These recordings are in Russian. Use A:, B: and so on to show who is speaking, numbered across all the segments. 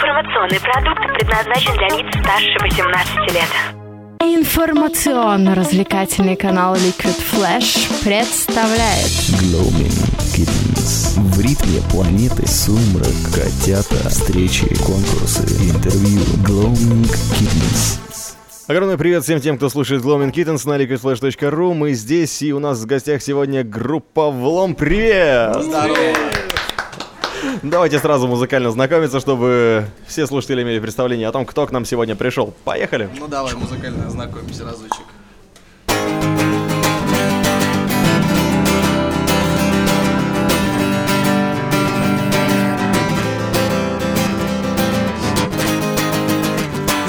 A: Информационный продукт предназначен для лиц старше 18 лет.
B: Информационно-развлекательный канал Liquid Flash представляет
C: Gloaming Kittens. В ритме планеты сумрак, котята, встречи, конкурсы, интервью. Gloaming Kittens.
D: Огромный привет всем тем, кто слушает Gloaming Kittens на liquidflash.ru. Мы здесь, и у нас в гостях сегодня группа Влом. Привет! Давайте сразу музыкально знакомиться, чтобы все слушатели имели представление о том, кто к нам сегодня пришел. Поехали!
E: Ну давай, музыкально ознакомимся разочек.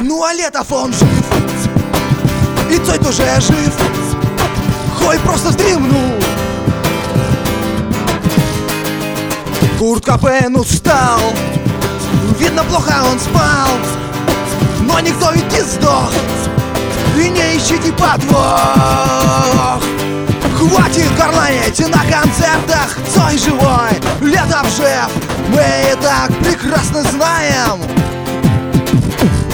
F: Ну а летов он жив И Цой тоже жив Хой просто вздремнул Курт Копен устал Видно, плохо он спал Но никто ведь не сдох И не ищите подвох Хватит горланить на концертах Цой живой, летом жив Мы и так прекрасно знаем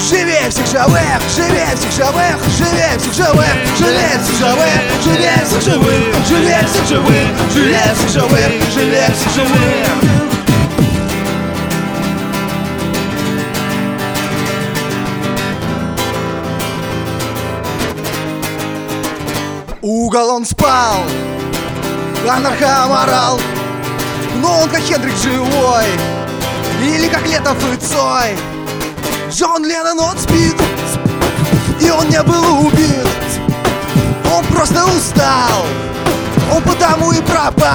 F: Живее всех живых, живее всех живых, живее всех живых, живее всех живых, живее всех живых, живее всех живых, живее всех живых, живее всех живых. Угол он спал, анархоморал, но он как Хендрик живой, или как Летов и Цой. Джон Леннон, он спит И он не был убит Он просто устал Он потому и пропал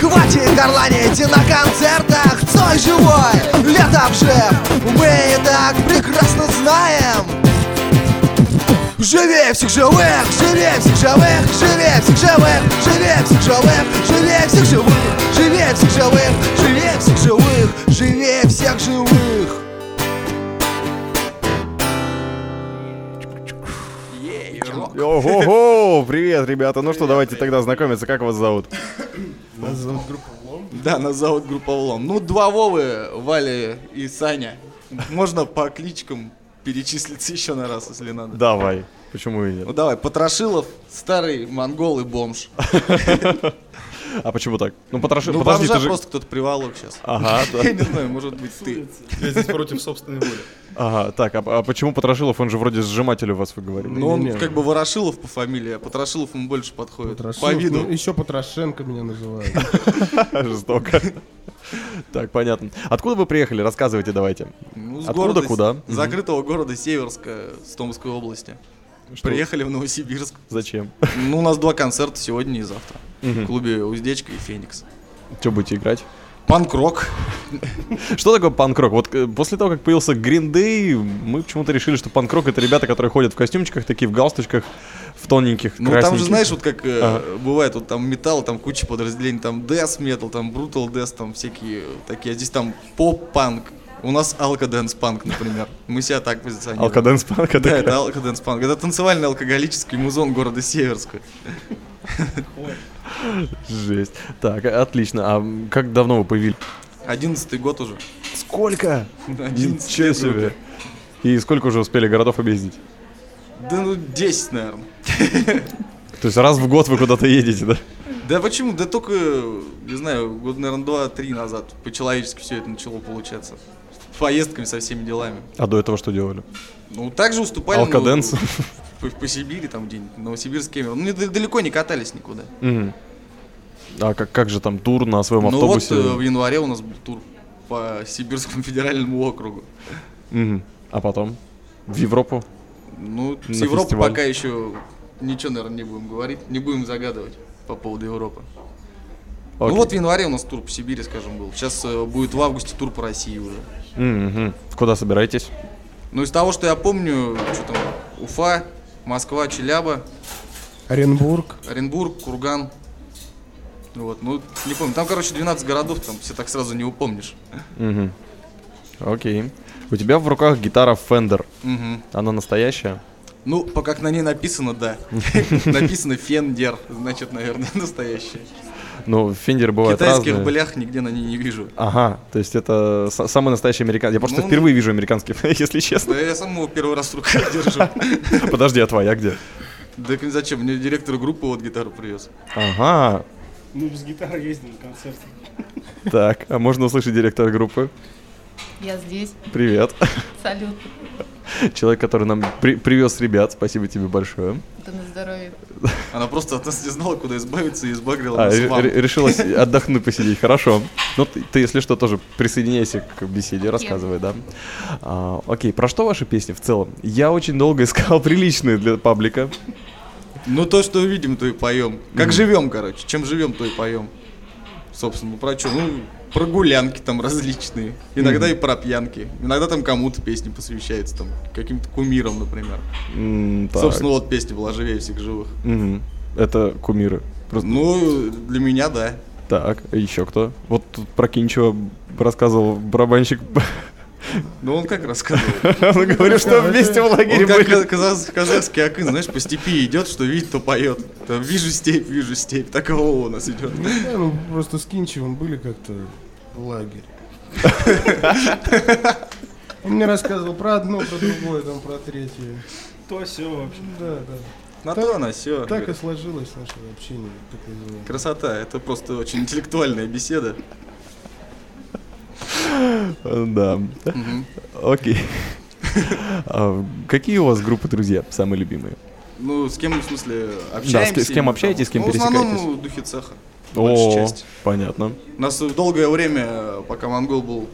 F: Хватит горланить на концертах Цой живой, летом жив Мы и так прекрасно знаем Живее всех живых, живее всех живых, живее всех живых, живее всех живых, живее всех живых, живее всех живых, живее всех живых, живее всех живых.
D: Ого-го! Привет, ребята! Ну что, давайте тогда знакомиться. Как вас зовут?
E: Да, нас зовут группа Влом. Ну, два Вовы, Валя и Саня. Можно по кличкам перечислиться еще на раз, если надо.
D: Давай. Почему и
E: Ну
D: нет?
E: давай, Потрошилов, старый монгол и бомж.
D: А почему так? Ну, потроши,
E: Ну,
D: подожди,
E: бомжа
D: ты же...
E: просто кто-то приволок сейчас.
D: Ага, да.
E: Я не знаю, может быть, ты.
G: Я здесь против собственной воли.
D: Ага, так, а, а почему Потрошилов, он же вроде сжиматель у вас, вы говорили?
E: Ну, он
G: Не-не-не.
E: как бы Ворошилов по фамилии, а Потрошилов ему больше подходит. По
G: Потрошилов,
E: виду.
G: ну, еще Потрошенко меня называют.
D: Жестоко. Так, понятно. Откуда вы приехали? Рассказывайте давайте.
E: Ну, с
D: Откуда,
E: города-
D: куда?
E: с Закрытого города Северска с Томской области.
D: Что?
E: Приехали в Новосибирск.
D: Зачем?
E: Ну, у нас два концерта сегодня и завтра.
D: Мгм.
E: В клубе «Уздечка» и «Феникс».
D: Что будете играть?
E: Панк-рок.
D: Что такое панкрок? Вот э, после того, как появился Green Day, мы почему-то решили, что панкрок это ребята, которые ходят в костюмчиках, такие в галстучках, в тоненьких,
E: Ну, там же,
D: красненьких.
E: знаешь, вот как э,
D: Ага.
E: бывает, вот там металл, там куча подразделений, там death metal, там brutal death, там всякие такие. А здесь там поп-панк. У нас алкоденс панк, например. Мы себя так позиционируем.
D: Алкаденс панк это
E: Да, это
D: как-
E: алкоденс панк. Это танцевальный алкоголический музон города Северска.
D: жесть. Так, отлично. А м, как давно вы появились?
E: Одиннадцатый год уже.
D: Сколько?
E: Одиннадцать
D: Ничего
E: лет
D: себе.
E: уже.
D: И сколько уже успели городов объездить?
E: Да ну 10, наверное.
D: То есть раз в год вы куда-то едете, да?
E: Да почему? Да только, не знаю, год, наверное, два-три назад по-человечески все это начало получаться. С поездками, со всеми делами.
D: А до этого что делали?
E: Ну, также уступали... ну,
D: Алкаденс?
E: По, по Сибири там где-нибудь, Новосибирск, Кемерово. Ну, не- далеко не катались никуда.
D: Мгм. А как, как же там тур на своем
E: Ну вот,
D: автобусе?
E: э, в январе у нас был тур по Сибирскому федеральному округу.
D: Мгм. А потом? В Европу?
E: Ну,
D: На
E: с Европы
D: фестиваль.
E: пока еще ничего, наверное, не будем говорить. Не будем загадывать по поводу Европы. Ну
D: Окей.
E: вот в январе у нас тур по Сибири, скажем, был. Сейчас э, будет в августе тур по России уже.
D: Мгм. Куда собираетесь?
E: Ну, из того, что я помню, что там, Уфа, Москва, Челяба,
G: Оренбург.
E: Оренбург, Курган. Вот, ну, не помню. Там, короче, 12 городов, там все так сразу не упомнишь.
D: Мгм. Окей. У тебя в руках гитара Fender.
E: Мгм.
D: Она настоящая?
E: Ну, по как на ней написано, да. Написано Фендер, значит, наверное, настоящее.
D: Ну, фендеры бывают
E: Китайских
D: разные.
E: блях нигде на ней не вижу.
D: Ага, то есть это са- самый настоящий американский. Я просто
E: Ну,
D: впервые вижу американский, если честно.
E: Да я самого первый раз в руках держу. Э.
D: Подожди, а твоя где?
E: Да к- зачем? Мне директор группы вот гитару привез.
D: Ага,
H: Ну, без гитары ездили на концерт.
D: так, а можно услышать директора группы?
I: Я здесь.
D: Привет.
I: Салют.
D: Человек, который нам при- привез ребят, спасибо тебе большое.
I: Да на здоровье.
E: Она просто от нас не знала, куда избавиться и избагрила
D: А,
E: нас
D: ре-
E: вам.
D: ре- решила си- отдохнуть, посидеть, хорошо. Ну, ты, ты, если что, тоже присоединяйся к беседе, рассказывай, да. А, окей, про что ваши песни в целом? Я очень долго искал приличные для паблика.
E: Ну то, что видим, то и поем. Как живем, короче. Чем живем, то и поем. Собственно, про что? Ну, про гулянки там различные. Иногда и про пьянки. Иногда там кому-то песни посвящается, там, каким-то кумирам, например.
D: М, так. Ну,
E: Собственно, вот песня была «Живее всех живых».
D: Мгм. Это кумиры. Просто
E: Ну, для меня, да.
D: Так, еще кто? Вот тут про Кинчева рассказывал барабанщик.
E: Ну, он как рассказывал.
D: Он говорил, что вместе в лагере
E: Он как
D: были.
E: ка- казах- казахский акын, знаешь, по степи идет, что видит, то поет. Там, вижу степь, вижу степь. Такого у нас идет.
G: Да, ну просто с Кинчевым были как-то в лагере. Он мне рассказывал про одно, про другое, там про третье.
H: То все, в общем.
G: Да, да.
E: На то она все.
G: Так и сложилось наше общение. так называемое.
E: Красота. Это просто очень интеллектуальная беседа.
D: Да. Окей. А Какие у вас группы друзья самые любимые?
E: Ну, с кем, в смысле, общаемся?
D: с кем
E: именно,
D: общаетесь, с кем
E: ну, в основном,
D: пересекаетесь?
E: ну, духе цеха. большей части.
D: понятно.
E: У нас в долгое время, э, пока Монгол был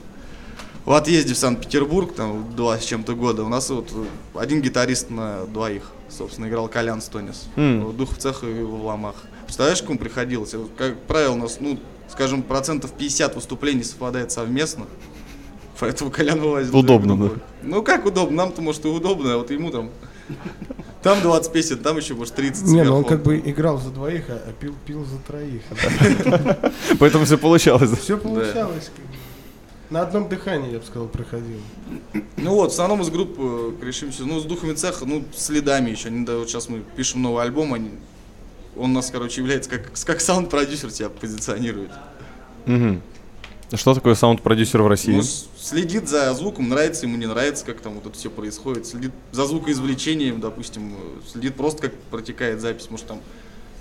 E: в отъезде в Санкт-Петербург, там, два с чем-то года, у нас вот э, один гитарист на двоих, собственно, играл Колян Стонис.
D: М.
E: Вот Дух в цеху и в ломах. Представляешь, кому приходилось? Вот, Как правило, у нас, ну, скажем, процентов 50 выступлений совпадает совместно. Поэтому Колян вылазит. за
D: Удобно,
E: группой.
D: да.
E: Ну, как удобно? Нам-то, может, и удобно, а вот ему там... Там 20 песен, там еще, может, 30
G: Не, ну он
E: сверху.
G: как бы играл за двоих, а а пил, пил за троих.
D: Поэтому все получалось.
G: Все получалось. как бы. На одном дыхании, я бы сказал, проходил.
E: Ну вот, в основном из групп э, решимся, ну, с духами цеха, ну, следами еще. Они, да, вот сейчас мы пишем новый альбом, они, он нас, короче, является как, как саунд-продюсер тебя позиционирует.
D: Мгм. Что такое саунд-продюсер в России?
E: Ну, с- следит за звуком, нравится ему, не нравится, как там вот это все происходит. Следит за звукоизвлечением, допустим, э, следит просто, как протекает запись. Может, там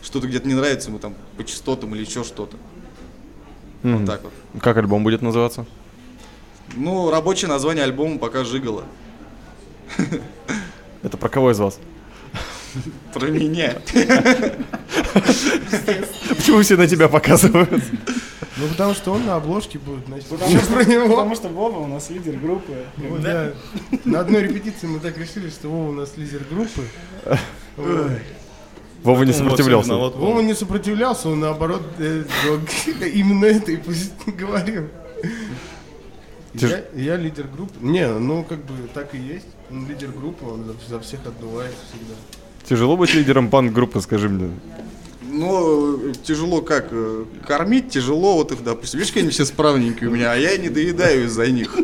E: что-то где-то не нравится ему, там, по частотам или еще что-то.
D: Мгм.
E: Вот так вот.
D: Как альбом будет называться?
E: Ну, рабочее название альбома пока «Жигало».
D: Это про кого из вас?
E: Про меня.
D: Почему все на тебя показывают?
G: Ну потому что он на обложке будет, значит.
H: Потому что,
G: про него.
H: потому что Вова у нас лидер группы.
G: Вот, да. На одной репетиции мы так решили, что Вова у нас лидер группы. Ой.
D: Вова не сопротивлялся.
G: Вова не сопротивлялся, он наоборот э, вот именно это и пози- говорил.
D: Ты
G: Я, я лидер группы. Не, ну как бы так и есть. Он лидер группы, он за, за всех отдувается всегда.
D: Тяжело быть лидером панк-группы, скажи мне.
E: Ну, э, тяжело как? э, Кормить тяжело, вот их, допустим. Видишь, какие они все справненькие у меня, а я не доедаю из-за них.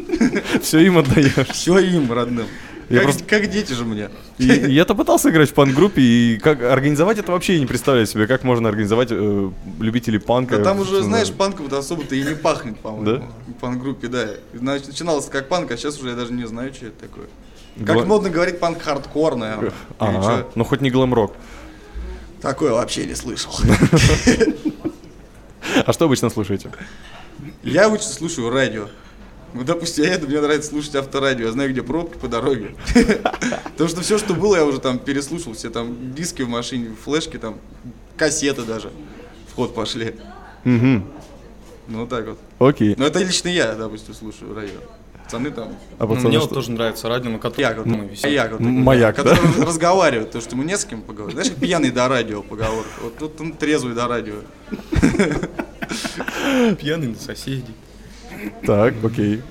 D: Все им отдаешь.
E: Все им, родным.
D: Я
E: Как,
D: просто-
E: как дети же мне.
D: И я-то пытался играть в панк-группе, и как организовать это вообще я не представляю себе, как можно организовать э, любителей панка.
E: Да А там уже,
D: собственно.
E: знаешь, панком-то особо-то и не пахнет, по-моему.
D: Да?
E: В панк-группе, да. Значит, начиналось как панк, а сейчас уже я даже не знаю, что это такое. Как
D: Гла-
E: модно говорить, панк-хардкор, наверное. Или
D: Ага,
E: чё?
D: ну хоть не глэм-рок.
E: Такое вообще не слышал.
D: А что обычно слушаете?
E: Я обычно слушаю радио. Ну, допустим, я это мне нравится слушать авторадио. Я знаю, где пробки по дороге. Потому что все, что было, я уже там переслушал. Все там диски в машине, флешки там, кассеты даже. В ход пошли.
D: Угу,
E: Ну, так вот.
D: окей.
E: Но это лично я, допустим, слушаю радио. Пацаны там...
D: А пацаны
J: Мне
D: что?
J: вот тоже нравится радио, на котором
E: Яга,
J: мы висим.
E: Яга,
D: М- М-м, маяк, да?
E: который разговаривает, потому что ему не с кем поговорить. Знаешь, как пьяный до радио поговор. Вот тут он трезвый до радио.
J: Пьяный на соседей.
D: Так, окей.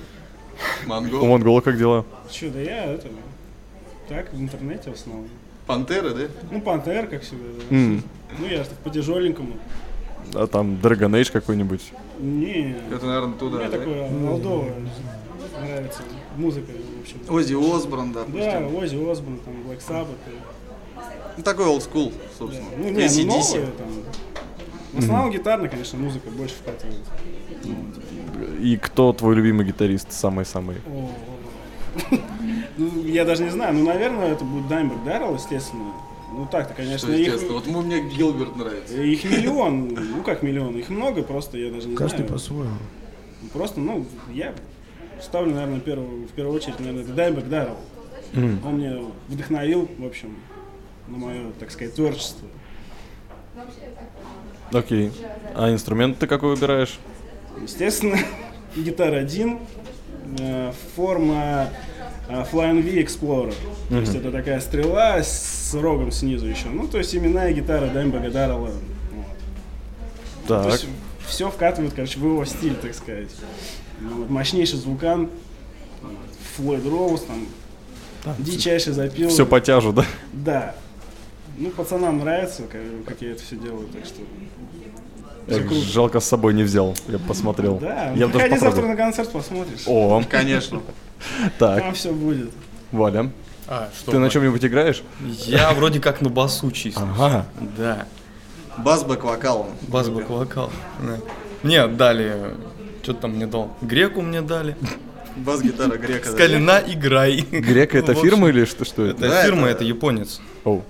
D: У
E: Монгол.
D: Монгола как дела?
H: Чудо, я это... Так, в интернете в основном.
E: Пантеры, да?
H: Ну, Пантер, как всегда, да.
D: М,
H: Ну, я же так по-тяжеленькому.
D: А там Dragon Age какой-нибудь?
H: Не,
E: Это, наверное, туда,
H: мне
E: да?
H: такое молдово нравится. Музыка, в общем.
E: Ози Осборн, допустим.
H: Да, Ози Осборн, там, Black Sabbath. и-
E: Ну, такой олдскул,
H: да.
E: собственно.
H: Ну, не,
E: AC/DC.
H: ну, новые там. В основном гитарная, конечно, музыка больше вкатывает.
D: И кто твой любимый гитарист самый-самый?
H: О. Ну, я даже не знаю, ну, наверное, это будет Даймберг Даррелл, естественно. Ну, так-то, конечно,
E: Что,
H: их,
E: естественно. Вот ему мне Гилберт нравится.
H: их миллион, ну, как миллион, их много, просто я даже не
G: Каждый
H: знаю.
G: по-своему.
H: Просто, ну, я ставлю, наверное, первую, в первую очередь, наверное, это Даймберг Даррелл. Он меня вдохновил, в общем, на мое, так сказать, творчество.
D: Окей. А инструмент ты какой выбираешь?
H: Естественно, гитара 1, э, форма э, Flying V Explorer. То есть это такая стрела с рогом снизу еще. Ну, то есть именная гитара Даймберга Даррелла. Вот. То
D: Так.
H: есть все вкатывают, короче, в его стиль, так сказать. Ну, вот, мощнейший звукан, вот, Флойд Роуз, там, дичайший запил.
D: Все потяжу, да?
H: Да. Ну, пацанам нравится, как, как я это все делаю, так что...
D: Эх, Жалко с собой не взял. Я бы посмотрел.
H: Да,
D: Я бы даже
H: приходи завтра
D: попробовал.
H: на концерт, посмотришь.
D: О,
E: Конечно.
D: так,
H: Там все будет.
D: Валя,
J: А, что?
D: ты на
J: Валя?
D: чем-нибудь играешь?
J: Я вроде как на басу чисто.
D: Ага.
J: Да.
E: Бас-бэк вокалом.
J: Бас-бэк вокал. Да. Мне дали... Что там мне дал? Греку мне дали.
E: Бас-гитара грека. да.
J: Сказали, на, играй.
D: Грек это
J: В общем,
D: фирма или что, что это?
J: Это
E: Да,
J: фирма,
E: это-
J: это японец.
D: Оу.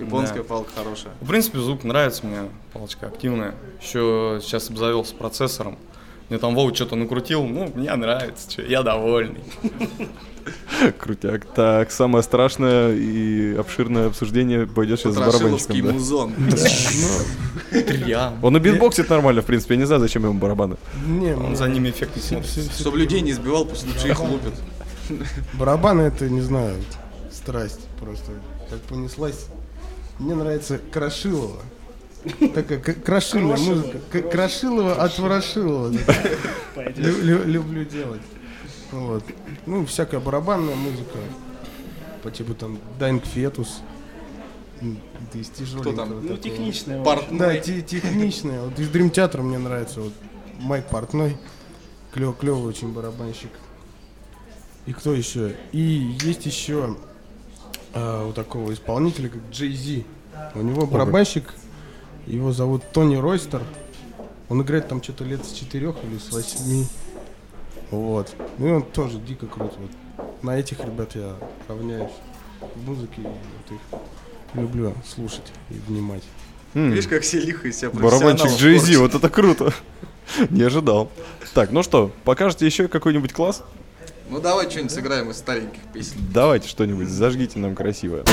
E: Японская палка хорошая.
J: В принципе, звук нравится мне, палочка активная. Еще сейчас обзавелся процессором. Мне там Вова что-то накрутил, ну, мне нравится, чё, я довольный.
D: Крутяк. Так, самое страшное и обширное обсуждение пойдет сейчас с барабанщиком.
E: Страшиловский
D: да.
E: музон.
J: Триан.
D: Он и битбоксит нормально, в принципе, я не знаю, зачем ему барабаны.
G: Не, ну,
J: Он за ними эффектно смотрится.
E: Чтобы людей не избивал, пусть лучше их лупят.
G: барабаны это, не знаю, страсть просто. Как понеслась. Мне нравится Крашилова. Такая к- крашильная
H: Крошево,
G: музыка. К- Крашилова от Ворошилова.
H: Пойдет.
G: Лю- лю- Люблю делать. Вот. Ну, всякая барабанная музыка. По типу там Дайнг Фетус. М, да из тяжеленького
E: там?
H: Ну,
G: такого.
H: техничная. в общем.
E: Портной.
G: Да, те- техничная. Вот из Дрим Театра мне нравится. Вот Майк Портной. Клё, клевый очень барабанщик. И кто еще? И есть еще а, у такого исполнителя, как Джей Зи. У него барабанщик, его зовут Тони Ройстер. Он играет там что-то лет с четырех или с восьми. Вот. Ну и он тоже дико крут. Вот. На этих ребят я равняюсь в музыке. и вот их люблю слушать и внимать.
E: Видишь, как все лихо из себя
D: Барабанчик
E: профессионалы
D: Джей Зи,
E: порчат.
D: вот это круто. Не ожидал. Так, ну что, покажете еще какой-нибудь класс?
E: Ну давай что-нибудь сыграем из стареньких песен.
D: Давайте что-нибудь, зажгите нам красивое.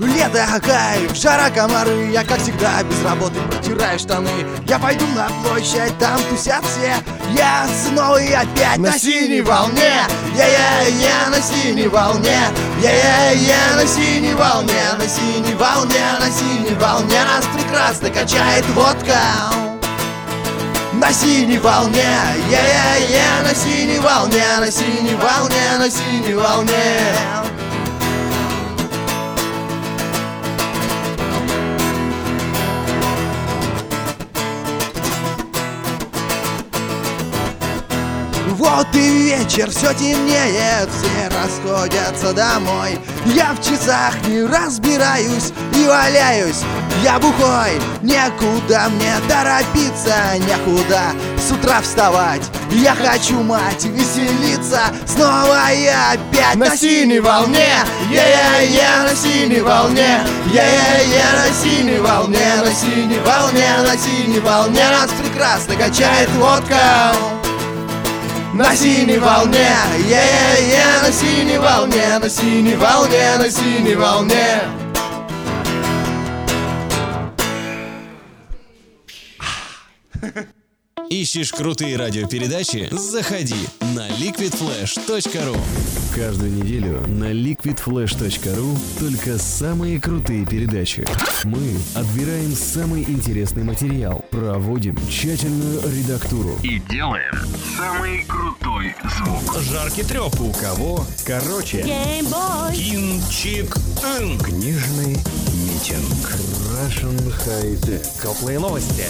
F: Лето Хоккайдо, жара комары Я как всегда без работы протираю штаны Я пойду на площадь, там тусят все Я снова и опять на, синей волне Я-я-я на синей волне Я-я-я на синей волне На синей волне, на синей волне Нас прекрасно качает водка на синей волне, я-я-я, на синей волне, на синей волне, на синей волне. Вот и вечер, все темнеет, все расходятся домой Я в часах не разбираюсь и валяюсь, я бухой Некуда мне торопиться, некуда с утра вставать Я хочу, мать, веселиться, снова я опять на синей волне Я-я-я на синей волне, я-я-я на синей волне На синей волне, на синей волне нас прекрасно качает водка на синей волне, е-е-е, на синей волне, на синей волне, на синей волне.
K: Ищешь крутые радиопередачи? Заходи на liquidflash.ru
C: Каждую неделю на liquidflash.ru только самые крутые передачи. Мы отбираем самый интересный материал, проводим тщательную редактуру. И
K: Жаркий треп.
C: у кого короче. Кинчик. Книжный
K: рейтинг.
C: Russian High-Tech.
K: Теплые новости.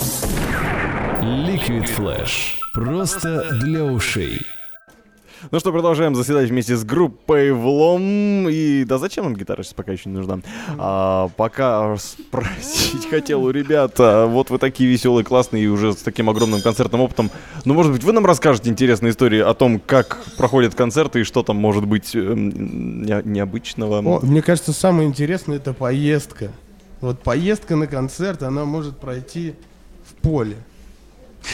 C: Liquid Flash. Просто для ушей.
D: Ну что, продолжаем заседать вместе с группой Влом. И да зачем нам гитара сейчас пока еще не нужна? А, пока спросить хотел у ребят, а, вот вы такие веселые, классные и уже с таким огромным концертным опытом. Ну, может быть, вы нам расскажете интересные истории о том, как проходят концерты и что там может быть эм, не- необычного.
G: О, мне кажется, самое интересное это поездка. Вот поездка на концерт, она может пройти в поле.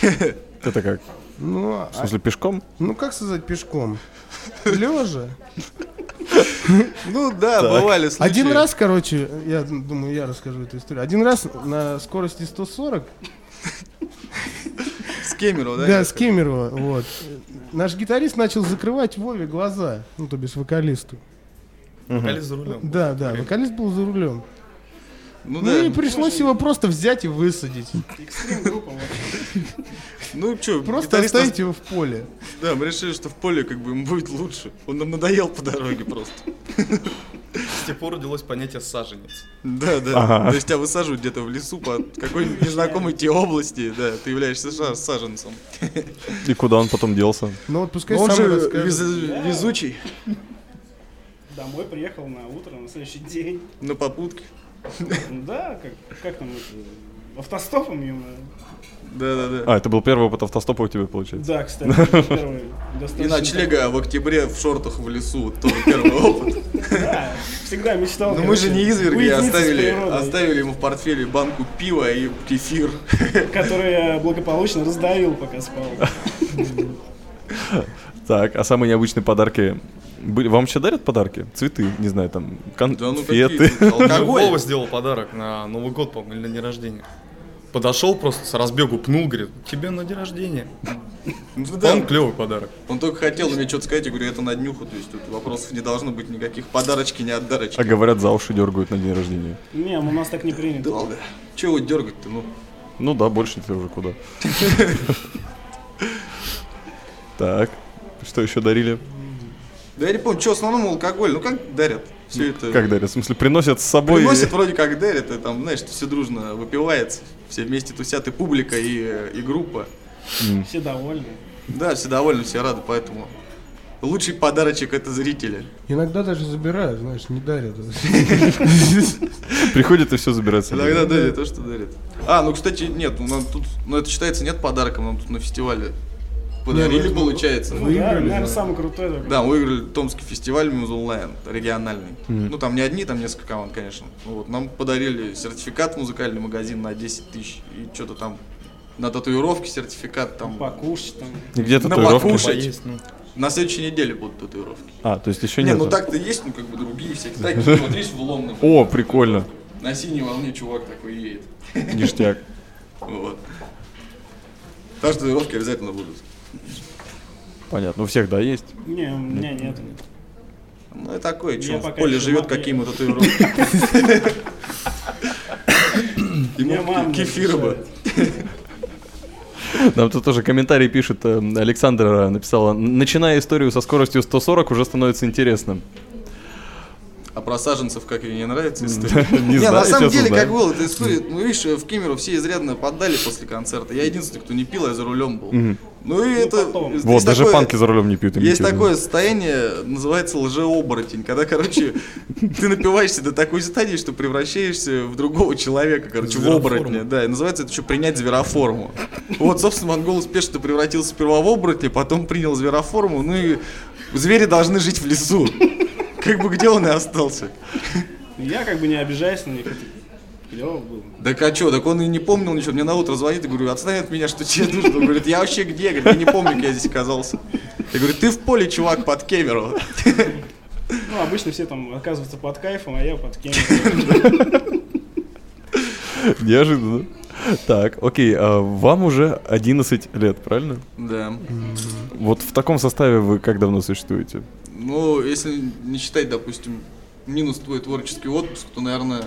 D: Это как?
G: Ну, а-
D: В смысле, пешком?
G: ну как сказать пешком? Лежа.
E: Ну да,
D: Так.
E: бывали случаи.
G: Один раз, короче, я думаю, я расскажу эту историю. Один раз на скорости 140
E: С Кемерово, да?
G: Да, с Кемерово, вот. Наш гитарист начал закрывать Вове глаза, ну, то бишь вокалисту.
J: Колес за рулем.
G: Да, да, вокалист был за рулем.
E: Ну
G: Ну и
E: да.
G: пришлось его просто взять и высадить.
E: Ну что,
G: Просто оставить его в поле.
E: Да, мы решили, что в поле как бы ему будет лучше. Он нам надоел по дороге просто.
J: С тех пор родилось понятие саженец.
E: Да, да. То есть тебя высаживают где-то в лесу по какой-нибудь незнакомой тебе области, да, ты являешься ша- саженцем.
D: И куда он потом делся?
G: Ну вот пускай
E: Он
G: сам
E: же
G: расскажет.
E: вез- везучий
H: Домой приехал на утро, на следующий день.
E: на попутке.
H: Ну Да, как, как там это, автостопом ему.
E: Да, да, да.
D: А, это был первый опыт автостопа у тебя, получается?
H: Да, кстати, первый
E: И
H: достаточно...
E: ночлега в октябре в шортах в лесу, вот тоже первый опыт.
H: Да, всегда мечтал.
E: Но мы же
H: короче,
E: не изверги, а
H: уединиться с
E: оставили,
H: природой,
E: оставили ему в портфеле банку пива и кефир.
H: Который я благополучно раздавил, пока спал.
D: Так, а самые необычные подарки были? Вам еще дарят подарки? Цветы, не знаю, там,
E: Да ну
D: конфеты.
E: какие тут, алкоголь.
J: Вова сделал подарок на Новый год, по-моему, или на день рождения. Подошел просто с разбегу, пнул, говорит, тебе на день рождения.
E: Ну да,
J: Он клевый подарок.
E: Он только хотел мне что-то сказать, я говорю, это на днюху, то есть тут вопросов не должно быть никаких, подарочки не от дарочки.
D: А говорят, за уши дергают на день рождения.
H: Не, ну, у нас так не принято.
E: Да ладно, чего его дергать-то, ну?
D: Ну да, больше тебе уже куда. Так, что еще дарили?
E: Да я не помню, что в основном алкоголь, ну как дарят все это?
D: Как дарят? В смысле, приносят с собой?
E: Приносят вроде как дарят, и там, знаешь, все дружно выпивается, все вместе тусят и публика, и, э, и группа.
H: Все довольны.
E: Да, все довольны, все рады, поэтому лучший подарочек это зрители.
G: Иногда даже забирают, знаешь, не дарят.
D: Приходят и все забирают с собой.
E: Иногда дарят то, что дарят. А, ну, кстати, нет, ну, нам тут, ну, это считается нет подарком, нам тут на фестивале подарили, получается.
H: Ну да, наверное, самый крутой такой.
E: Да, мы выиграли Томский фестиваль Muse Online, региональный. Ну, там не одни, там несколько команд, конечно. Ну, вот, нам подарили сертификат в музыкальный магазин на 10 тысяч и что-то там на татуировки сертификат там.
H: Покушать там.
D: И Где
E: на
D: татуировки?
E: покушать.
J: Поесть, ну.
E: На следующей неделе будут татуировки.
D: А, то есть еще
E: Не,
D: нет?
E: ну так-то есть, ну как бы другие всякие. Такие, вот видишь, в ломном.
D: О, прикольно.
E: На синей волне чувак такой едет.
D: Ништяк.
E: Вот. Так что татуировки обязательно будут.
D: Понятно. У всех, да, есть?
H: Не, у меня нет.
E: Ну и такое,
H: Я
E: чё, в
H: пока
E: поле
H: ещё
E: живет,
H: мам не
E: какие ему татуировки.
H: Мне
E: Ему
H: мама
E: ке- кефира бы.
H: разрешает.
D: Нам тут тоже комментарий пишет. э, Александра написала. Начиная историю со скоростью 140, уже становится интересным.
E: А про саженцев как ей не нравится история?
D: Не
E: Не, на
D: знаю,
E: самом
D: сейчас
E: деле, как
D: узнаем.
E: было, эта история, ну видишь, в Кемеру все изрядно поддали после концерта. Я единственный, кто не пил, я за рулем был. Ну и это...
H: потом.
E: есть
D: Вот, даже
E: такое-
D: панки за рулем не пьют. им
E: Есть
D: ничего не
E: такое состояние, называется лжеоборотень, когда, короче, ты напиваешься до такой стадии, что превращаешься в другого человека, короче, в оборотня. Да, и называется это еще принять звероформу. Вот, собственно, монгол успешно превратился сперва в оборотня, потом принял звероформу, ну и звери должны жить в лесу. Как бы где он и остался.
H: Я как бы не обижаюсь на них. это Клево было.
E: Так а чё, так он и не помнил ничего. Мне на утро звонит и говорю, отстань от меня, что тебе нужно. Он говорит, я вообще где? Говорит, я не помню, как я здесь оказался. Я говорю, ты в поле, чувак, под Кемерово.
H: Ну, обычно все там оказываются под кайфом, а я под кем
D: Неожиданно. Так, окей, а вам уже 11 лет, правильно?
E: Да.
D: Вот в таком составе вы как давно существуете?
E: Ну, если не считать, допустим, минус твой творческий отпуск, то, наверное,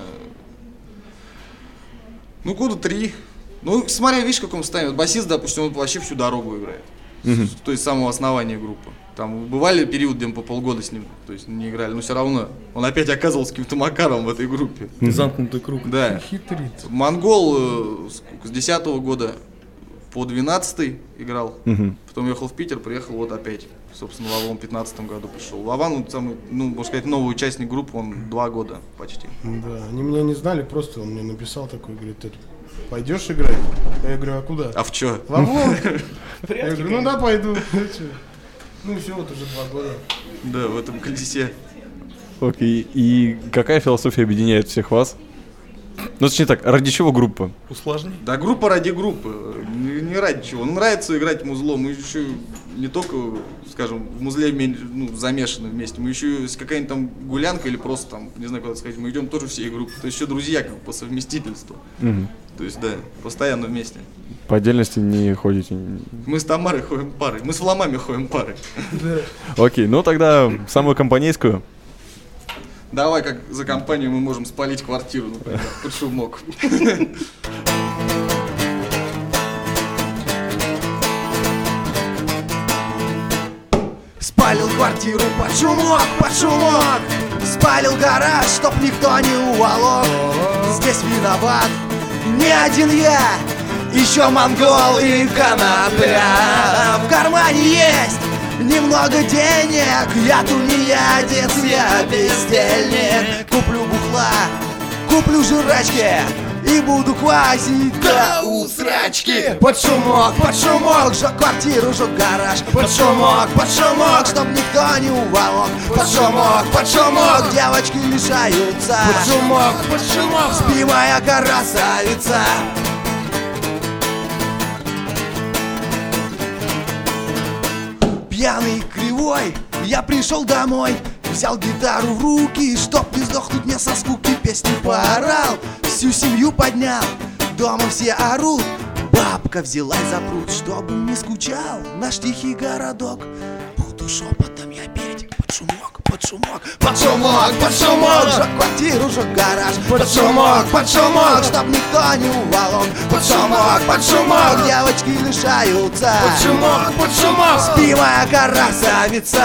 E: ну, года три. Ну, смотря, видишь, в каком состоянии. Вот басист, допустим, он вообще всю дорогу играет.
D: Мгм.
E: с- то есть с самого основания группы. Там бывали периоды, где мы по полгода с ним то есть, не играли, но все равно он опять оказывался каким-то макаром в этой группе.
J: Замкнутый круг.
E: Да.
G: Хитрит.
E: Монгол э, сколько, с 10 года по 12 играл.
D: Мгм.
E: Потом ехал в Питер, приехал вот опять. Собственно, в Лаван в 15 году пришел. Лаван, он самый, ну, можно сказать, новый участник группы, он два года почти.
G: Да, они меня не знали, просто он мне написал такой, говорит, ты пойдешь играть? А я говорю, а куда?
E: А в чё?
G: В обломки.
H: Вряд
G: Я
H: ли,
G: говорю, ну
H: конечно.
G: да, пойду. Ну чё. Ну все, вот уже два года.
E: Да, в этом колесе.
D: Окей, и какая философия объединяет всех вас? Ну, точнее так, ради чего группа?
J: Усложнить.
E: Да группа ради группы, не, не ради чего. Ну, нравится играть музло, мы еще не только, скажем, в музле мен- ну, замешаны вместе, мы еще и с какая-нибудь там гулянка или просто там, не знаю, куда сказать, мы идем тоже всей группы, то есть еще друзья как бы по совместительству.
D: Мгм.
E: То есть, да, постоянно вместе.
D: По отдельности не ходите.
E: Мы с Тамарой ходим парой, мы с Ломами ходим парой.
D: Окей, ну тогда самую компанейскую.
E: Давай, как за компанию мы можем спалить квартиру, например, под шумок.
F: Спалил квартиру под шумок, под шумок Спалил гараж, чтоб никто не уволок Здесь виноват не один я Еще монгол и конопля В кармане есть немного денег Я тунеядец, я бездельник Куплю бухла, куплю жрачки и буду квасить до усрачки Под шумок, под шумок, жег квартиру, жег гараж Под шумок, под шумок, чтоб никто не уволок Под шумок, под шумок, девочки лишаются Под шумок, под шумок, спи моя красавица Пьяный, кривой, я пришел домой Взял гитару в руки, чтоб не сдохнуть мне со скуки Песни поорал, всю семью поднял Дома все орут, бабка взялась за пруд Чтобы не скучал наш тихий городок Буду шепотом я петь под шумок, под шумок Под шумок, под шумок, жег квартиру, жег гараж Под шумок, под шумок, чтоб никто не уволок Под шумок, под шумок, девочки лишаются Под шумок, под шумок, спи моя красавица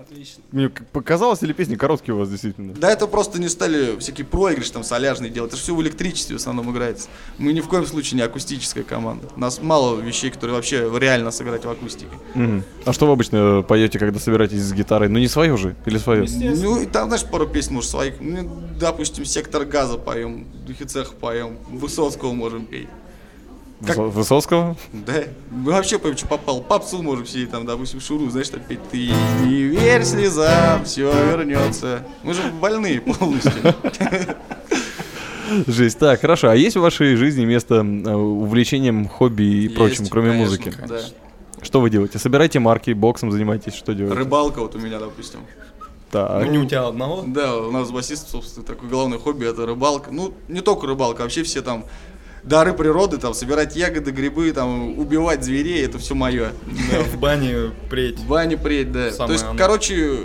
H: Отлично.
D: Мне к- показалось, или песни короткие у вас действительно?
E: Да это просто не стали всякие проигрыши там соляжные делать. Это все в электричестве в основном играется. Мы ни в коем случае не акустическая команда. У нас мало вещей, которые вообще реально сыграть в акустике.
D: Мгм. А что вы обычно э, поете, когда собираетесь с гитарой? Ну не свою же? Или свою?
H: Естественно.
E: Ну и там, знаешь, пару песен может своих. Ну, допустим, сектор газа поем, духи цеха поем, Высоцкого можем петь. как-
D: Высо- Высоцкого?
E: Да? Мы вообще поем, что попал. Попсу можем сидеть там, допустим, шуру, знаешь, там петь. Ты не верь слезам, все вернется. Мы же больные полностью.
D: Жесть. Так, хорошо. А есть в вашей жизни место э, увлечениям, хобби и прочему, кроме
E: конечно,
D: музыки?
E: Да.
D: Что вы делаете? Собираете марки, боксом занимаетесь? Что делаете?
E: Рыбалка вот у меня, допустим.
D: Так.
J: Ну, не у тебя одного.
E: Да, у нас басист, собственно, такое главное хобби это рыбалка. Ну, не только рыбалка, вообще все там дары природы, там, собирать ягоды, грибы, там, убивать зверей, это все мое.
J: Да, в бане преть.
E: В бане приедь, да.
J: Самое
E: То есть,
J: оно.
E: короче,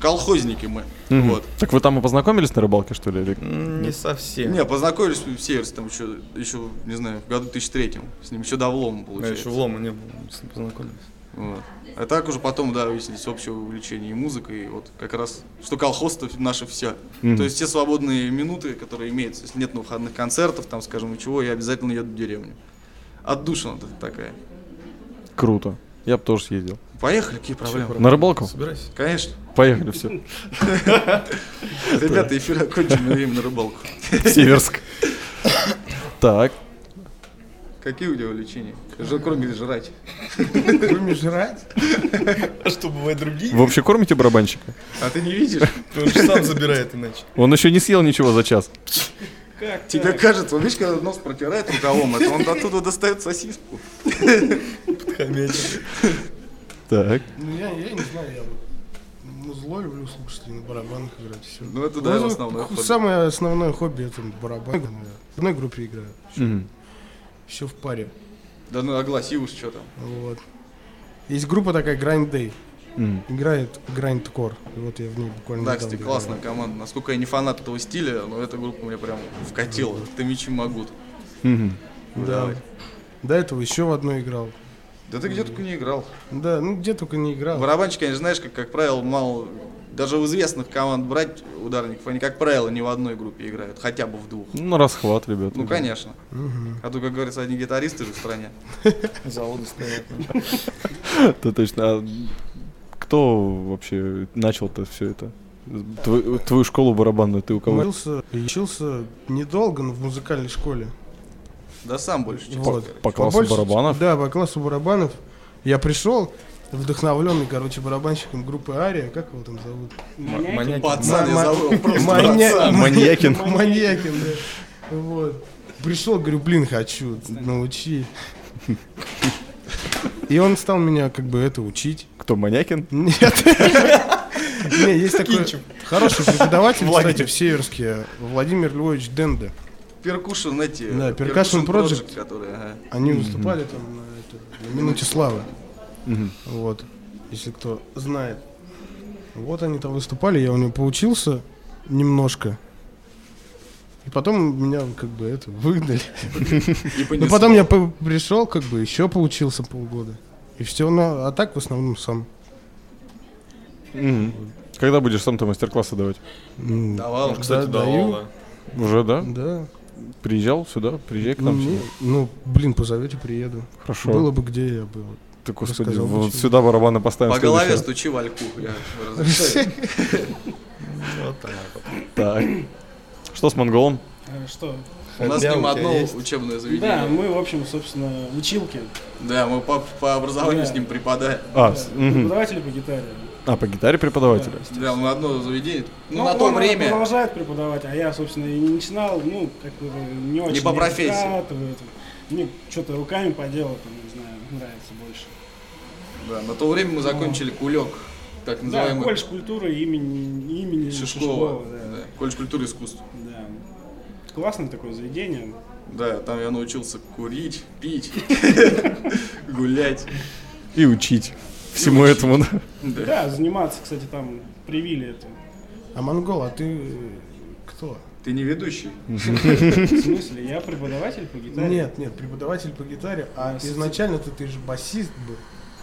E: колхозники мы.
D: Мгм.
E: Вот.
D: Так вы там и познакомились на рыбалке, что ли? или-
J: М, Не совсем.
E: Не, познакомились мы в Северс, там еще, еще, не знаю, в году 2003 с ним, еще до влома
J: Я еще
E: получается.
J: в лому не был, с ним познакомились.
E: Вот. А так уже потом, да, выяснились общее увлечение и музыкой, и вот как раз, что колхоз-то наше все.
D: Мгм.
E: То есть все свободные минуты, которые имеются, если нет на выходных концертов, там, скажем, и чего, я обязательно еду в деревню. Отдушина такая.
D: Круто. Я бы тоже съездил.
E: Поехали, какие проблемы?
D: На рыбалку?
J: Собирайся.
E: Конечно.
D: Поехали, все.
E: Ребята, эфир окончен, мы едем на рыбалку.
D: Северск. Так.
E: Какие у тебя увлечения? Ж- Кроме жрать.
G: Кроме жрать?
J: А что, бывают другие?
D: Вы вообще кормите барабанщика?
E: А ты не видишь?
J: Он же сам забирает иначе.
D: Он еще не съел ничего за час.
H: Как
E: Тебе
H: так?
E: кажется, вот видишь, когда нос протирает рукавом, это он оттуда достает сосиску.
J: Хомячит.
D: Так.
G: Ну я, я не знаю, я вот музло люблю слушать и на барабанах играть. Все.
E: Ну, это, да, основное хобби.
G: Самое основное хобби это барабаны. да. В одной группе играю,
D: Мгм.
G: все в паре.
E: Да ну огласи уж, что там.
G: Вот. Есть группа такая Grind Day.
D: Мгм.
G: Играет Grindcore. И вот я в ней буквально
E: Ну, Да,
G: недавно
E: кстати,
G: играл.
E: классная команда. Насколько я не фанат этого стиля, но эта группа мне прям вкатила. Ты мечи могут.
D: Мгм.
E: Да.
G: До этого еще в одну играл.
E: Да ты где только не играл.
G: Да, ну где только не играл.
E: Барабанщик, конечно, знаешь, как, как правило, мало... Даже у известных команд брать ударников, они, как правило, не в одной группе играют, хотя бы в двух.
D: Ну, на расхват, ребят.
E: Ну, конечно.
G: Мгм.
E: А то, как говорится, одни гитаристы же в стране.
J: Заводы стоят.
D: Да точно. А кто вообще начал-то все это? Твою, твою школу барабанную ты у кого?
G: Учился, учился недолго, но в музыкальной школе.
E: Да сам больше, честно
G: Вот.
E: говоря.
D: Типа По классу
G: большей-
D: барабанов?
G: Да, по классу барабанов. Я пришел, вдохновленный, короче, барабанщиком группы Ария. Как его там зовут?
J: Маньяки.
E: Пацан, я
G: Ма-
E: забыл. Просто
G: Манья-
E: пацан.
D: Маньякин.
G: Маньякин, да. Вот. Пришел, говорю, блин, хочу, научи. И он стал меня как бы это учить.
D: Кто, Маньякин?
G: Нет. Не, есть такой хороший преподаватель, кстати, в Северске, Владимир Львович Денде.
E: Перкушен эти.
G: Да, Percussion Project.
E: которые, ага.
G: Они выступали там на, это, на минуте славы. Вот, если кто знает. Вот они там выступали, я у него поучился немножко. И потом меня как бы это выгнали.
E: И
G: Ну
E: понесло.
G: потом я по- пришел, как бы еще поучился полгода. И все, ну, а так в основном сам.
D: Мгм. Когда будешь сам-то мастер-классы давать?
G: М,
E: Давал.
J: Кстати,
G: Да,
J: давал,
G: даю.
J: да.
D: Уже, да?
G: Да.
D: Приезжал сюда, приезжай к
G: Ну,
D: нам
G: мне-
D: сюда.
G: ну, блин, позовете, приеду.
D: Хорошо.
G: ну, Было бы где я был.
D: Ты, господи,
G: рассказал бы
D: вот
G: что-нибудь.
D: сюда барабаны поставим.
E: По
D: в следующий
E: голове
D: раз.
E: стучи вальку. Я разрешаю.
D: Так. Что с монголом?
H: Э, Что?
E: У нас с
J: Хотя
E: ним
J: у тебя
E: одно
J: есть.
E: учебное
H: Да,
E: заведение.
H: мы, в общем, собственно, училки.
E: Да, мы по, по образованию
H: Да.
E: с ним преподаем.
D: А,
H: Да,
D: с- мгм.
H: Преподаватели по гитаре.
D: а по гитаре преподавателя?
E: Да, мы одно заведение. Ну, на
H: он
E: то время.
H: продолжает преподавать, а я, собственно, и не начинал, ну, как бы не очень.
E: по профессии.
H: вкатываю это. Мне что-то руками поделал, там, не знаю, нравится больше.
E: Да, на то время мы закончили кулек, так
H: Да,
E: называемый.
H: колледж культуры имени, имени
E: Шишкова.
H: Шишкова, да.
E: да, Колледж культуры и искусств.
H: Да. Классное такое заведение.
E: Да, там я научился курить, пить, гулять.
D: И учить всему этому. да.
H: Да. заниматься, кстати, там привили это.
G: А монгол, а ты э, кто?
E: Ты не ведущий.
H: В смысле, я преподаватель по гитаре?
G: Нет, нет, преподаватель по гитаре, а
H: Здравствуйте.
G: изначально ты, ты же басист был.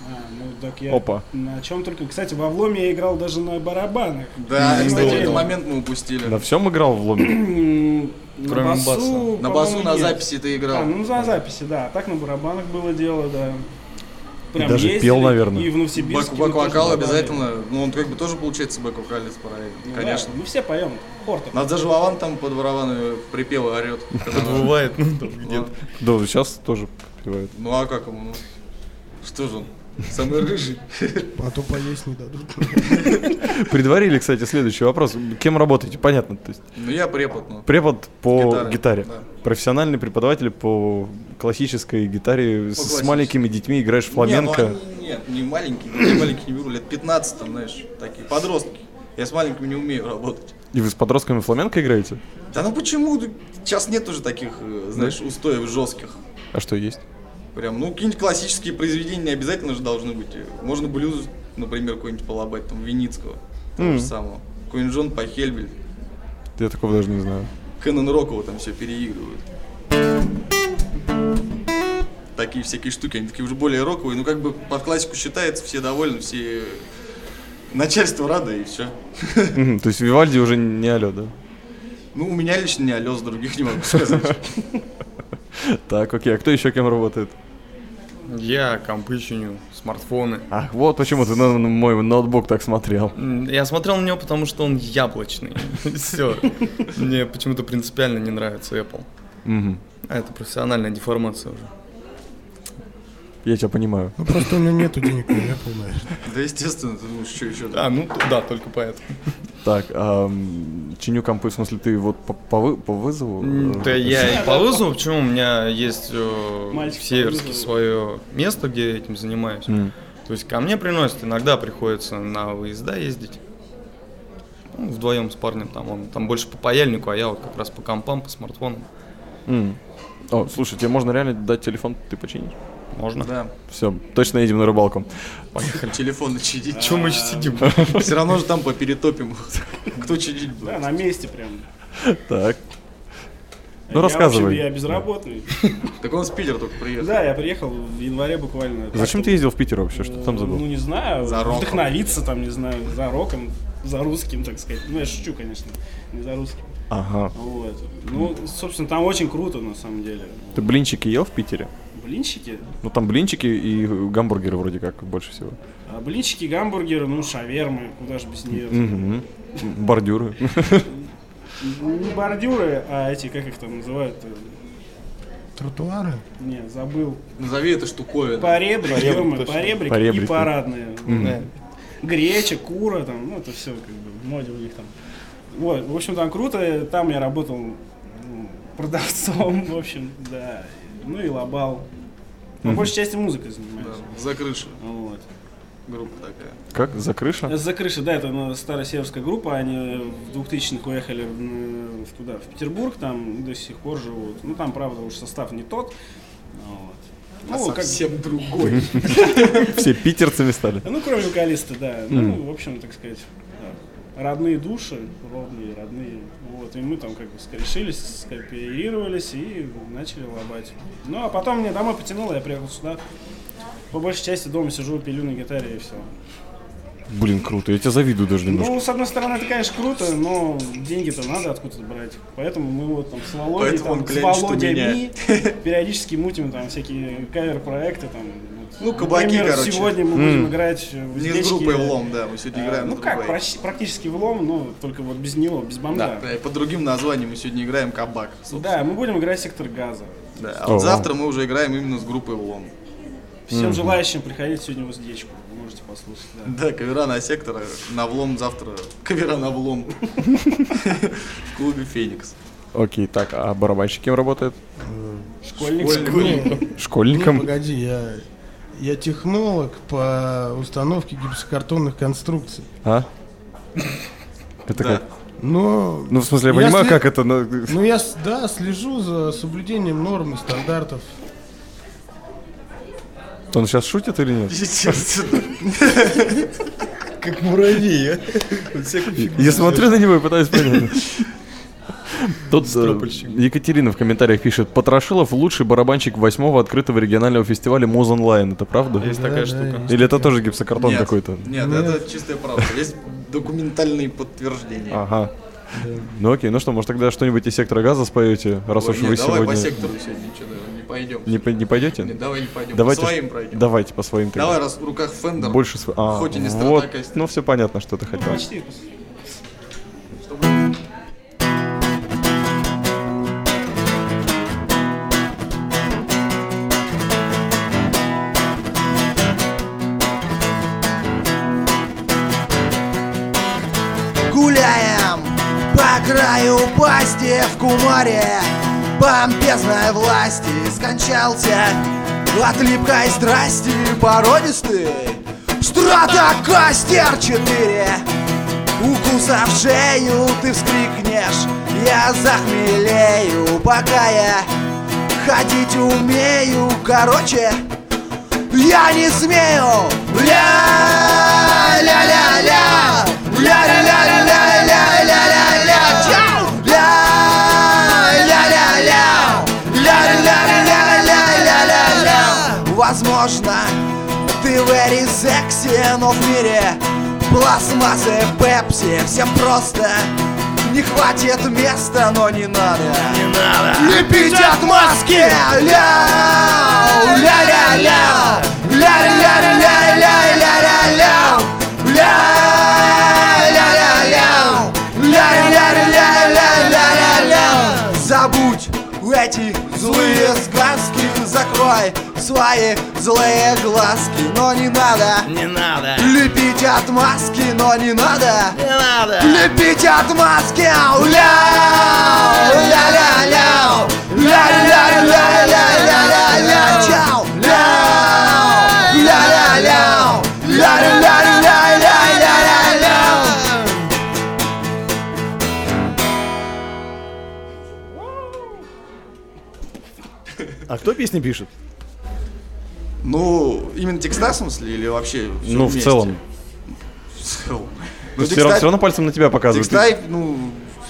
H: А, ну так я
D: Опа.
H: на чем только... Кстати, во Вломе я играл даже на барабанах.
E: Да,
H: Ну,
E: кстати,
H: да.
E: этот момент мы упустили.
D: На всем играл в ломе?
H: М,
J: Кроме
H: на
J: баса.
H: басу,
E: На басу
H: по-моему,
E: на
H: нет.
E: записи ты
H: А,
E: играл.
H: ну за записи, да. А так на барабанах было дело, да. Прям
D: даже
H: ездили,
D: пел, наверное.
H: И в
E: Бак-
H: Новосибирске. мы тоже
E: Бак-вокал
H: барабаны.
E: обязательно. Ну, он как бы тоже получается бэк-вокалец параллельно.
H: Ну да,
E: Конечно.
H: мы все поем. Хор-то.
E: Нас даже Вован там под барабаны припевы орет.
J: Бывает, ну, там где-то.
D: Да, сейчас тоже подпевает.
E: Ну а как ему? ну? Что же он? Самый рыжий.
G: А то поесть не дадут.
D: Предварили, кстати, следующий вопрос. Кем работаете? Понятно. То есть
E: Ну я препод, ну.
D: препод по
E: Гитара,
D: гитаре.
E: да.
D: Профессиональный преподаватель по классической гитаре. с
E: классической.
D: маленькими детьми играешь фламенко.
E: Не, ну, они- Нет, не маленький, я маленький не беру, лет 15 там, знаешь, такие подростки. Я с маленькими не умею работать.
D: И вы с подростками фламенко играете?
E: Да ну почему? Сейчас нет уже таких, э, знаешь, устоев жестких.
D: А что есть?
E: Прям, ну, какие-нибудь классические произведения не обязательно же должны быть. Можно блюз, например, какой-нибудь полобать, там, Виницкого, того же самого. Какой-нибудь Джон Пахельбель,
D: Я такого даже не знаю.
E: Кэнон Рокова там все переигрывают. Такие всякие штуки, они такие уже более роковые, ну, как бы под классику считается, все довольны, все... Начальство рада и все.
D: Мгм, То есть Вивальди уже не алё, да?
E: Ну, у меня лично не алё, с других не могу сказать.
D: Так, окей, а кто еще кем работает?
J: Я компы чиню, смартфоны.
D: Ах, вот почему ты на на мой ноутбук так смотрел.
J: М, Я смотрел на него, потому что он яблочный. Все. Мне почему-то принципиально не нравится Apple.
D: Мгм.
J: А это профессиональная деформация уже.
D: Я тебя понимаю.
G: Ну просто у меня нету денег, я понимаю.
E: Да, естественно, ты думаешь, что еще?
J: А, ну да, только поэтому.
D: Так, ам, чиню компы, в смысле, ты вот по, по вы- по вызову? э,
J: Да я и по вызову, почему у меня есть э,
H: Мальчик
J: в
H: по
J: Северске
H: вызову.
J: свое место, где я этим занимаюсь.
D: М.
J: То есть ко мне приносят, иногда приходится на выезда ездить. Ну, вдвоем с парнем там, он там больше по паяльнику, а я вот как раз по компам, по смартфонам.
D: М. О, слушай, тебе можно реально дать телефон, ты починишь?
J: Можно?
E: Да,
D: Все, точно едем на рыбалку.
E: телефон начинить.
J: Чего мы еще сидим?
E: Все равно же там поперетопим. Кто чинить
H: Да,
E: будет?
H: на месте прям.
D: Так. Ну, рассказывай.
H: Я, в общем, я безработный.
E: Так он с Питера только приехал.
H: Да, я приехал в январе буквально.
D: Зачем ты ездил в Питер вообще? Что ты там забыл?
H: Ну, не знаю,
E: За роком.
H: вдохновиться там, не знаю, за роком, за русским, так сказать. Ну, я шучу, конечно, не за русским.
D: Ага.
H: Вот. Ну, собственно, там очень круто, на самом деле.
D: Ты блинчики ел в Питере?
H: Блинчики?
D: Ну там блинчики и гамбургеры вроде как больше всего.
H: А, Блинчики, гамбургеры, ну, шавермы, куда же без нее.
D: Мгм. Бордюры.
H: Ну, Не бордюры, а эти, как их там называют? э,
G: Тротуары?
H: Не, забыл.
E: Назови это штуковину.
H: Поребрик,
J: Поребрик,
H: ё-моё,
J: точно.
H: поребрик и
D: Поребрик, да.
H: парадные.
D: Мгм.
H: Да. Греча, кура, там, ну это все как бы в моде у них там. Вот, в общем, там круто, там я работал ну, продавцом, в общем, да. Ну и лобал. Ну, По большей части музыкой занимаюсь.
E: За крышу.
H: Вот.
E: Группа такая.
D: Как? За крыша?
H: За крыши, да, это ну, старая северская группа, они в 2000-х уехали в- в туда, в Петербург, там до сих пор живут. Ну там, правда, уж состав не тот. Вот.
E: А
H: Ну, как-
E: совсем другой.
D: Все питерцами стали.
H: Ну, кроме вокалиста, да. Ну, в общем, так сказать, да. родные души, родные, родные. Вот, и мы там как бы скорешились, скооперировались и начали лобать. Ну, а потом мне домой потянуло, я приехал сюда. По большей части дома сижу, пилю на гитаре и все.
D: Блин, круто. Я тебя завидую даже немножко.
H: Ну, с одной стороны, это, конечно, круто, но деньги-то надо откуда-то брать. Поэтому мы вот там с Володей,
E: Поэтому
H: там,
E: он
H: с
E: глянет, что
H: Володей
E: меня.
H: Ми периодически мутим там всякие кавер-проекты. Там, вот.
E: Ну, кабаки,
H: Например,
E: короче.
H: сегодня мы будем играть э, в
E: Не с
H: уздечке.
E: группой влом, да, мы сегодня
H: А,
E: играем.
H: ну
E: с
H: как,
E: другой.
H: практи- практически влом, но только вот без него, без бомжа.
E: Да, да, и Э, под другим названием мы сегодня играем кабак. собственно.
H: Да, мы будем играть сектор газа.
E: Да, А вот
D: О.
E: завтра мы уже играем именно с группой влом.
H: Всем желающим приходить сегодня в уздечку. Вы можете послушать, да.
E: Да, кавера на сектора, на влом завтра. Кавера на влом. В клубе Феникс.
D: Окей, так, а барабанщик кем работает?
H: Школьник.
G: Не,
H: Ну,
D: Школьником?
G: погоди, я, я технолог по установке гипсокартонных конструкций.
D: А? Это
E: Да.
D: как?
G: Но,
D: Ну, в смысле, я
G: Я
D: понимаю,
G: след-
D: как это... но-
G: ну я, с- да, слежу за соблюдением норм и стандартов.
D: Он сейчас шутит или нет?
E: Естественно.
J: Как муравей, а? Вот все как
D: Я смотрю на него и пытаюсь понять. Тут э,
J: Стропольщик.
D: Екатерина в комментариях пишет, Потрошилов лучший барабанщик восьмого открытого регионального фестиваля Моз Онлайн. Это правда?
J: Есть такая
G: да,
J: штука.
D: Или это тоже гипсокартон
E: Нет,
D: какой-то?
E: Нет, это чистая правда. Есть документальные подтверждения.
D: Ага. Ну окей, ну что, может тогда что-нибудь из сектора газа споете, раз
E: Ой,
D: уж
E: нет,
D: вы
E: давай по
D: сегодня
E: сектору сегодня что-то не пойдем.
D: не по- не пойдете?
E: Нет, давай не пойдем.
D: Давайте,
E: по своим пройдем.
D: давайте по своим тогда.
E: Давай, раз в руках Фендер.
D: Больше св- а,
E: Хоть и не страна
D: вот,
E: кости.
D: ну все понятно, что ты хотел.
H: Почти.
F: Гуляем по краю пасти в кумаре Помпезной власти скончался От липкой страсти породистый Стратокастер 4 Укусав шею ты вскрикнешь Я захмелею, пока я Ходить умею, короче я не смею! Ля-ля-ля-ля! Ля-ля-ля-ля-ля-ля-ля-ля! Чау! Ля-ля-ля-ля! Ля-ля-ля-ля-ля-ля-ля! Возможно, ты very sexy, но в мире пластмассы, пепси Всем просто не хватит места, но не надо Не надо! Лепить от маски! Ля! Ля-ля-ля! Ля-ля-ля-ля-ля-ля-ля-ля! Ля-ля-ля-ля! Ля-ля-ля-ля-ля-ля-ля! Забудь эти злые сказки, закрой свои злые глазки, но не надо, не надо лепить от маски, но не надо, не надо лепить от маски, ау, ля, ля-ля-ля, ля-ля-ля-ля-ля-ля-ля, чау, ля, ля-ля-ля, ля-ля-ля-ля-ля-ля-ля.
D: А кто песни пишет?
E: Ну, именно текста в смысле или вообще всё
D: ну, в
E: вместе?
D: целом.
E: В целом. Ну,
D: Все,
E: текста-
D: равно пальцем на тебя показывают.
E: Текста, ну,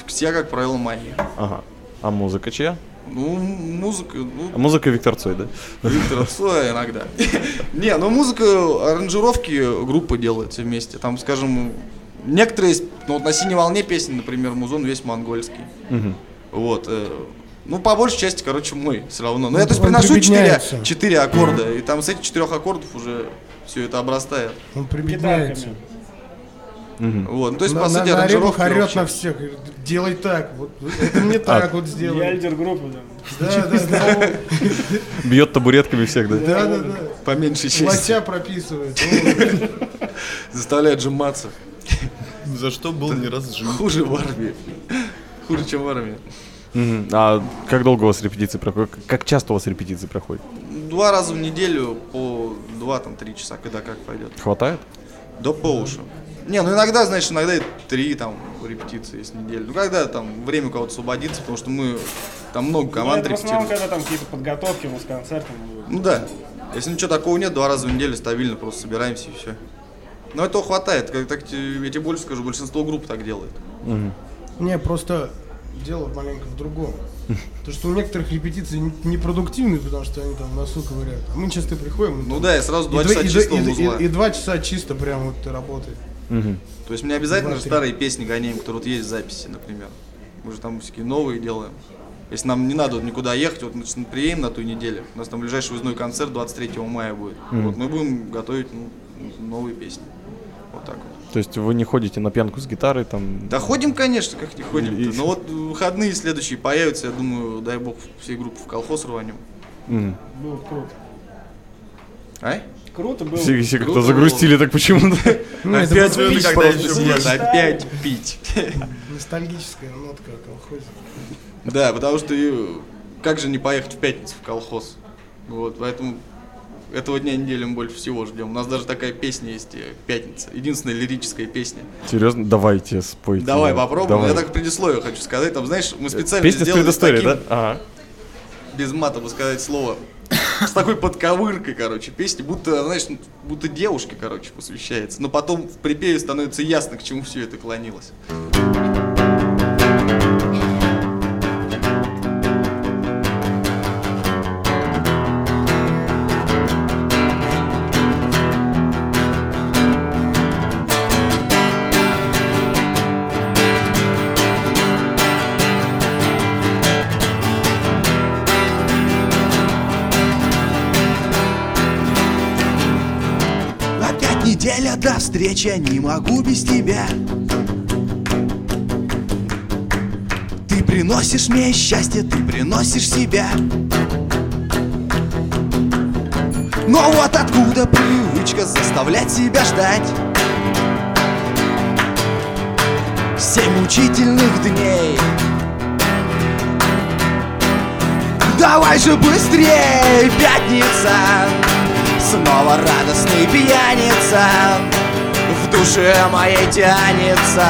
E: все, как правило, мои.
D: Ага. А музыка чья? А
E: Ну, музыка, ну,
D: Музыка Виктор Цой, да?
E: Виктора Цоя иногда. Не, ну музыка, аранжировки группы делают все вместе. Там, скажем, некоторые, из- ну вот на «Синей волне» песни, например, Музон весь монгольский.
D: Мгм.
E: Вот. э, Ну, по большей части, короче, мой все равно. Но я, то есть,
G: он
E: приношу четыре
G: прибедняется.
E: четыре аккорда, и там с этих четырех аккордов уже все это обрастает.
G: Он
H: Гитарками.
G: прибедняется.
E: Вот, ну, то есть,
F: А
G: на,
E: по
G: на,
E: сути,
G: на
E: аранжировки
G: орет
E: вообще.
G: на всех. говорит, Делай так. Вот, это мне так вот
H: Я
G: сделай.
H: лидер группы, да.
G: Да, да, да.
D: Бьет табуретками всех, да?
G: Да, да, да.
E: По меньшей части.
G: Лося прописывает. О,
E: Заставляет сжиматься.
J: За что был не раз жив.
E: Хуже в армии. Хуже, чем в армии.
D: Мгм. А как долго у вас репетиции проходят? Как часто у вас репетиции проходят?
E: Два раза в неделю по два, там, три часа, когда как пойдет.
D: Хватает?
E: Да по уши. Не, ну иногда, знаешь, иногда и три там репетиции с неделю. Ну когда там время у кого-то освободится, потому что мы там много
H: Ну,
E: команд
H: это в основном,
E: репетируем.
H: когда там какие-то подготовки, у нас концерты. ну,
E: Ну да. Если ничего такого нет, два раза в неделю стабильно просто собираемся и все. Но этого Ну, хватает. Как, так, те- я тебе больше скажу, большинство групп так делает.
G: Не, просто дело маленько в другом. То, что у некоторых репетиции н- непродуктивны, потому что они там в носу ковыряют. А мы часто приходим, и
E: Ну
G: там
E: да, я сразу два
G: и
E: часа
G: и
E: чистого
G: и- и-
E: музла.
G: и два часа чисто прям вот работает.
E: То есть мне обязательно же
G: Два-три.
E: старые песни гоняем, которые вот есть в записи, например. Мы же там всякие новые делаем. Если нам не надо вот никуда ехать, вот мы сейчас приедем на той неделе, у нас там ближайший выездной концерт 23 мая будет. Вот мы будем готовить ну, новые песни. Вот так вот.
D: То есть вы не ходите на пьянку с гитарой там?
E: Да ходим, конечно, как не ходим.
D: Или-
E: Но вот выходные следующие появятся, я думаю, дай бог, всей группы в колхоз рванем.
D: Мгм.
H: Было круто.
E: А?
H: Круто было.
D: Все, все как-то
E: Круто
D: загрустили так почему-то.
E: Опять вы
H: просто
E: когда
H: Ну, пить
E: еще
H: просто.
E: нет, опять пить.
G: Ностальгическая нотка о колхозе.
E: Да, потому что э, как же не поехать в пятницу в колхоз? Вот, поэтому этого дня недели мы больше всего ждем. У нас даже такая песня есть, э, «Пятница». Единственная лирическая песня.
D: Серьезно? Давайте спойте.
E: Давай попробуем.
D: Давай.
E: Я так предисловие хочу сказать. Там, знаешь, мы специально
D: Песня с
E: сделали
D: предысторией,
E: таким-
D: да? Ага.
E: без мата бы сказать слово. С такой подковыркой, короче, песни, будто, знаешь, ну, будто девушке, короче, посвящается. Но потом в припеве становится ясно, к чему все это клонилось.
F: Опять неделя до встречи, не могу без тебя Ты приносишь мне счастье, ты приносишь себя Но вот откуда привычка заставлять себя ждать Семь мучительных дней Давай же быстрее, пятница Снова радостный пьяница В душе моей тянется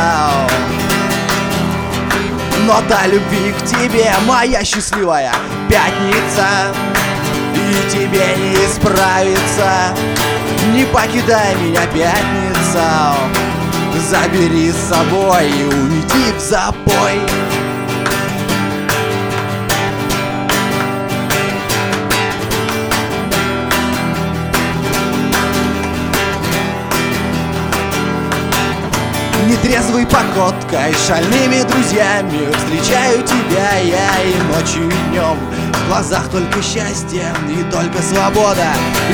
F: Нота любви к тебе, моя счастливая пятница И тебе не исправиться Не покидай меня, пятница Забери с собой и уйди в запой Нетрезвой походкой, шальными друзьями Встречаю тебя я и ночью, и днем В глазах только счастье и только свобода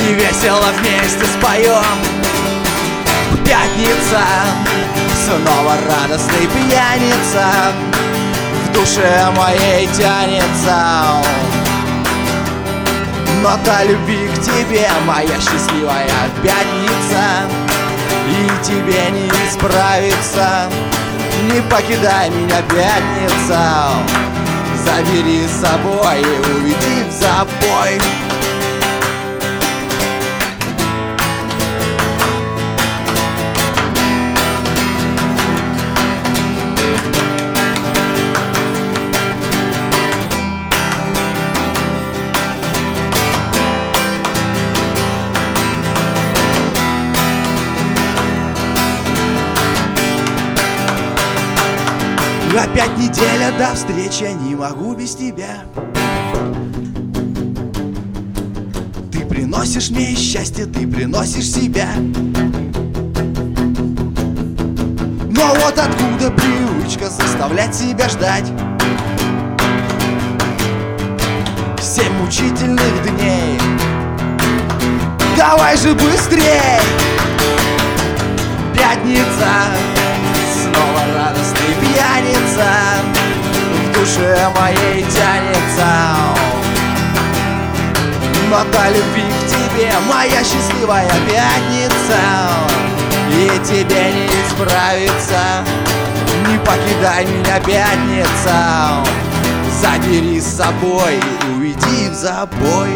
F: И весело вместе споем Пятница, снова радостный пьяница В душе моей тянется Нота любви к тебе, моя счастливая пятница и тебе не исправиться Не покидай меня, пятница Забери с собой и уведи в запой Опять неделя до встречи, не могу без тебя Ты приносишь мне счастье, ты приносишь себя Но вот откуда привычка заставлять себя ждать Семь мучительных дней Давай же быстрей Пятница Снова радостный пьяница В душе моей тянется но до любви к тебе моя счастливая пятница И тебе не исправиться Не покидай меня, пятница Забери с собой и уйди в забой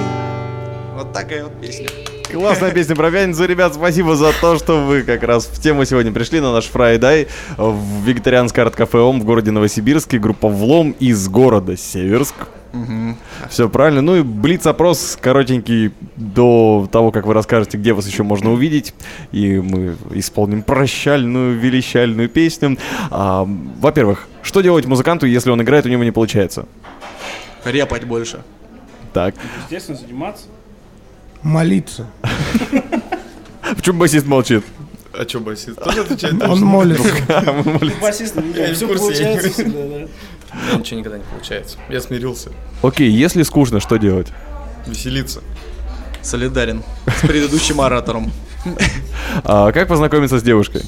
F: Вот такая вот песня
D: Классная песня про пятницу, ребят. Спасибо за то, что вы как раз в тему сегодня пришли на наш Фрайдай в вегетарианское арт-кафе ОМ в городе Новосибирске. Группа Влом из города Северск. Все правильно. Ну и блиц-опрос коротенький до того, как вы расскажете, где вас еще можно увидеть. И мы исполним прощальную, величальную песню. А, во-первых, что делать музыканту, если он играет, у него не получается?
E: Репать больше.
D: Так.
H: Естественно, заниматься.
G: Молиться.
D: Почему басист молчит?
J: А что, басист? Тоже отвечает?
G: Он молится.
H: Басист,
J: Я не
H: все
J: в курсе, я не
H: получается
J: в курсе.
H: всегда, да.
J: У меня Ничего никогда не получается. Я смирился.
D: Окей, если скучно, что делать?
J: Веселиться.
E: Солидарен с предыдущим оратором.
D: А, как познакомиться с девушкой?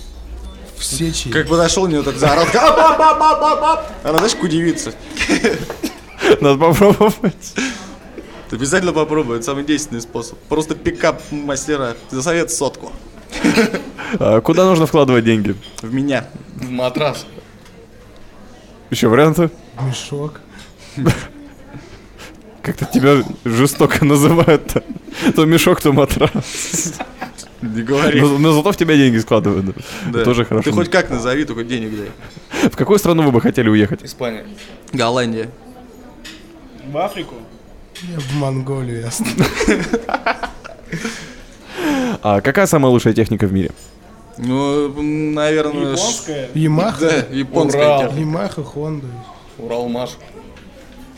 G: В сечи.
E: Как подошел, нее так заорал. так, «Ап, ап, ап, ап, ап, ап». Она, знаешь, как удивится.
D: Надо попробовать.
E: Ты Обязательно попробуй, это самый действенный способ. Просто пикап мастера. За совет сотку.
D: А, куда нужно вкладывать деньги?
E: В меня.
J: В матрас.
D: Еще варианты?
G: Мешок.
D: Как-то тебя жестоко называют-то. То мешок, то матрас.
E: Не говори.
D: Но, но зато в тебя деньги складывают.
E: Да.
D: Тоже хорошо.
E: Э, Ты хоть как назови, только денег дай.
D: В какую страну вы бы хотели уехать?
J: Испания.
E: Голландия.
H: В Африку.
G: Я в Монголию я ост-
D: А какая самая лучшая техника в мире?
E: Ну, м, наверное... ш-
H: Японская.
G: Ямаха.
E: Да, японская
J: Урал.
E: техника.
G: Ямаха, Хонда.
J: Урал, Маш.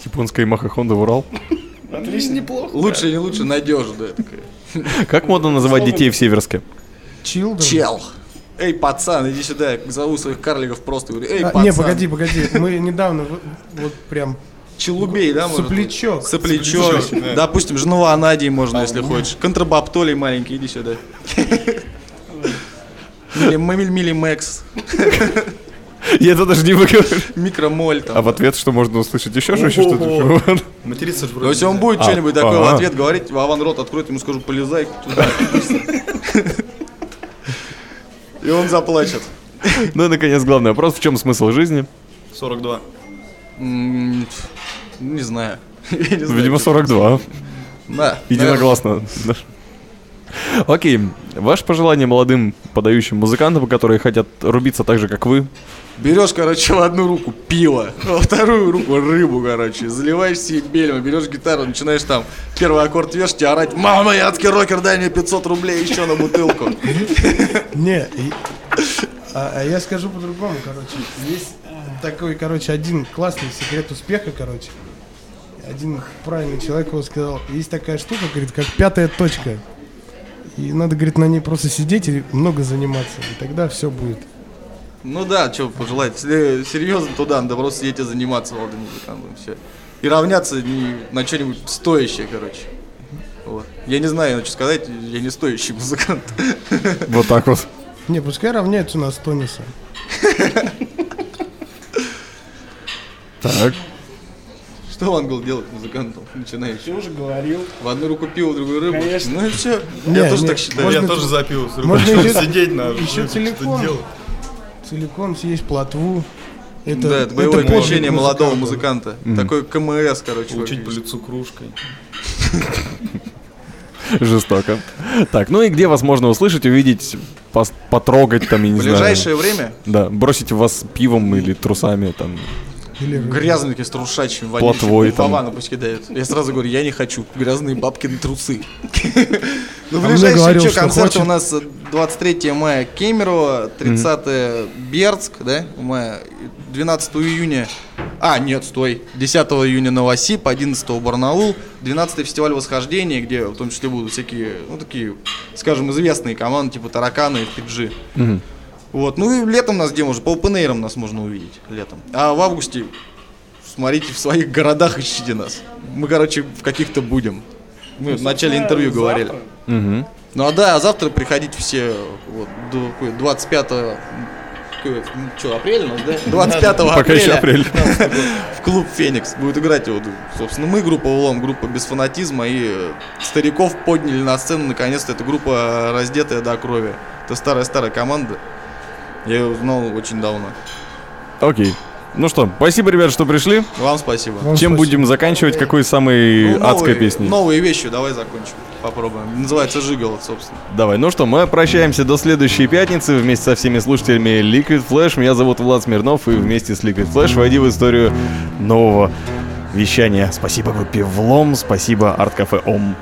D: Японская Маха Honda в Урал.
J: Отлично. Неплохо.
E: Лучше, не лучше, надежно, да, такая.
D: Как модно называть детей в Северске?
G: Чилдер.
E: Чел. Эй, пацан, иди сюда, я зову своих карликов просто. Говорю, эй, пацан.
G: А, Не, погоди, погоди. Мы недавно вы- вот прям
E: Челубей, да, может?
G: Соплячок.
E: Соплячок.
J: Соплячок, да.
E: Допустим, жену Анадии можно, если хочешь. Контрабаптолей маленький, иди сюда. Или мили- милимекс,
D: Я это даже не выговорю.
E: микромоль там.
D: А в ответ, что можно услышать еще же еще что-то?
J: Материться же
E: Но
J: вроде.
E: Ну, если он будет что-нибудь такое в
D: ага.
E: ответ говорить, Вован рот откроет, ему скажу, полезай туда. И он заплачет.
D: Ну и, наконец, главный вопрос. В чем смысл жизни?
J: 42.
E: М, Не знаю. Я не знаю,
D: Видимо,
E: честно.
D: 42.
E: Да.
D: Единогласно. Окей, ваше пожелание молодым подающим музыкантам, которые хотят рубиться так же, как вы?
E: Берешь, короче, в одну руку пиво, во вторую руку рыбу, короче, заливаешь себе бельма, берешь гитару, начинаешь там первый аккорд вешь, тебе орать, мама, я адский рокер, дай мне 500 рублей еще на бутылку.
G: Не, и- а, а я скажу по-другому, короче. Есть э, такой, короче, один классный секрет успеха, короче. Один правильный человек его сказал. Есть такая штука, говорит, как пятая точка. И надо, говорит, на ней просто сидеть и много заниматься. И тогда все будет.
E: Ну да, что пожелать, если серьезно, то да, надо просто сидеть и заниматься молодым музыкантом, все. И равняться не- на что-нибудь стоящее, короче. Вот. Я не знаю, что сказать, я не стоящий музыкант.
D: Вот так вот.
G: Не, пускай равняются на Стониса.
D: Так.
E: Что ангел делает музыкантом начинающим?
H: Я уже говорил.
E: В одну руку пиво, в другую рыбу.
H: Конечно.
E: Ну и все.
G: Не,
E: Я тоже
G: не,
E: так считаю.
J: Я
G: Можно
J: тоже
G: тут-
J: запил. с рукой.
G: можно
J: Чтоб
G: еще-
J: сидеть надо.
G: еще
J: что-то
G: телефон.
J: делать.
G: Целиком съесть плотву.
E: Да, это боевое
G: подвиг
E: крещение молодого
G: музыканта.
E: музыканта. Такой КМС, короче.
J: Получить по
E: вообще.
J: лицу кружкой.
D: Жестоко. Так, ну и где вас можно услышать, увидеть, пос- потрогать там, я не
E: В
D: знаю.
E: ближайшее время
D: Да, бросить в вас пивом или трусами там.
G: Или рыбу.
E: грязные с трушачьим
D: Плотвой там.
E: Вована пусть кидают. Я сразу говорю, я не хочу. Грязные бабкины трусы. Ну,
G: А мне
E: ближайшие
G: говорил,
E: чё,
G: что
E: концерты
G: хочет.
E: у нас э, 23 мая Кемерово, 30 Бердск, да, мая, 12 июня А, нет, стой. 10 июня Новосиб, 11 Барнаул, 12 фестиваль восхождения, где в том числе будут всякие, ну, такие, скажем, известные команды, типа Тараканы и FPG.
D: Мгм.
E: Вот, ну и летом нас где можно, по open нас можно увидеть летом. А в августе смотрите в своих городах, ищите нас. Мы, короче, в каких-то будем. Мы в начале
J: ну,
E: интервью говорили.
D: Мгм.
E: Ну а да, а завтра приходите все вот, до какой, 25 что, апреля у нас, да? 25 апреля.
D: Пока еще апрель.
E: В клуб «Феникс» будет играть, вот, собственно, мы, группа «Улом», группа «Без фанатизма», и э, стариков подняли на сцену, наконец-то, эта группа э, раздетая до крови. Это старая-старая команда, я ее узнал очень давно.
D: Окей. Ну что, спасибо, ребят, что пришли.
E: Вам спасибо.
D: Чем будем заканчивать? Какой самой
E: Ну,
D: адской
E: новые-
D: песней?
E: Новые вещи, давай закончим, попробуем. Называется «Жигало», собственно.
D: Давай, ну что, мы прощаемся до следующей пятницы вместе со всеми слушателями Liquid Flash. Меня зовут Влад Смирнов, и вместе с Liquid Flash войди в историю нового вещания. Спасибо группе Влом, спасибо арт-кафе Ом.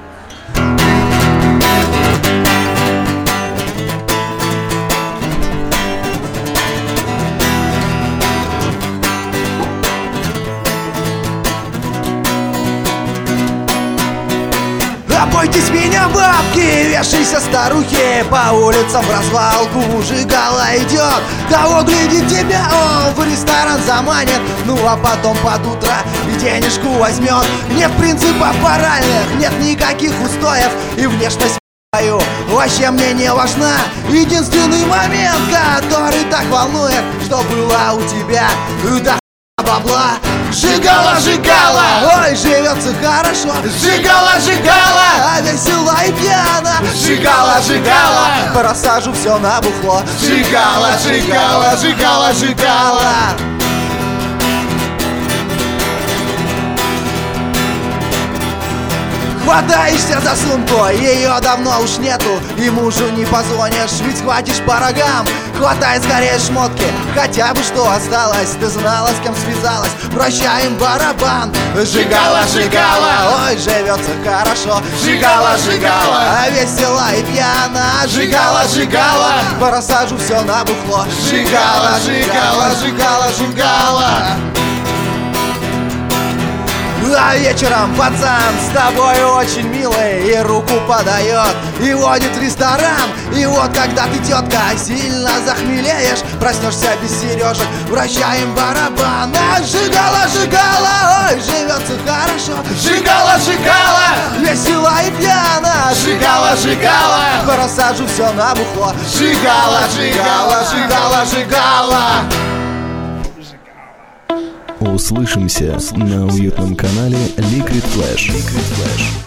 F: Обойтесь меня, бабки, вешайся, старухи По улицам в развалку жигала идет Кого глядит тебя, он в ресторан заманит Ну а потом под утро и денежку возьмет Нет принципов моральных, нет никаких устоев И внешность мою вообще мне не важна Единственный момент, который так волнует Что было у тебя, да хуя бабла Жигала, жигала, ой, живется хорошо Жигала, жигала, а весела и пьяна Жигала, жигала, про сажу все набухло Жигала, жигала, жигала, жигала Хватаешься за сумку, ее давно уж нету И мужу не позвонишь, ведь хватишь по рогам Хватай скорее шмотки, хотя бы что осталось Ты знала, с кем связалась, прощаем барабан Жигала, жигала, ой, живется хорошо Жигала, жигала, а весела и пьяна Жигала, жигала, по рассажу все набухло Жигала, жигала, жигала, жигала а вечером пацан с тобой очень милый И руку подает, и водит в ресторан И вот когда ты, тетка, сильно захмелеешь Проснешься без сережек, вращаем барабан А жигала, жигала, ой, живется хорошо Жигала, жигала, весело и пьяно Жигала, жигала, по рассажу все набухло Жигала, жигала, жигала, жигала
C: Услышимся на уютном канале Liquid Flash. Liquid Flash.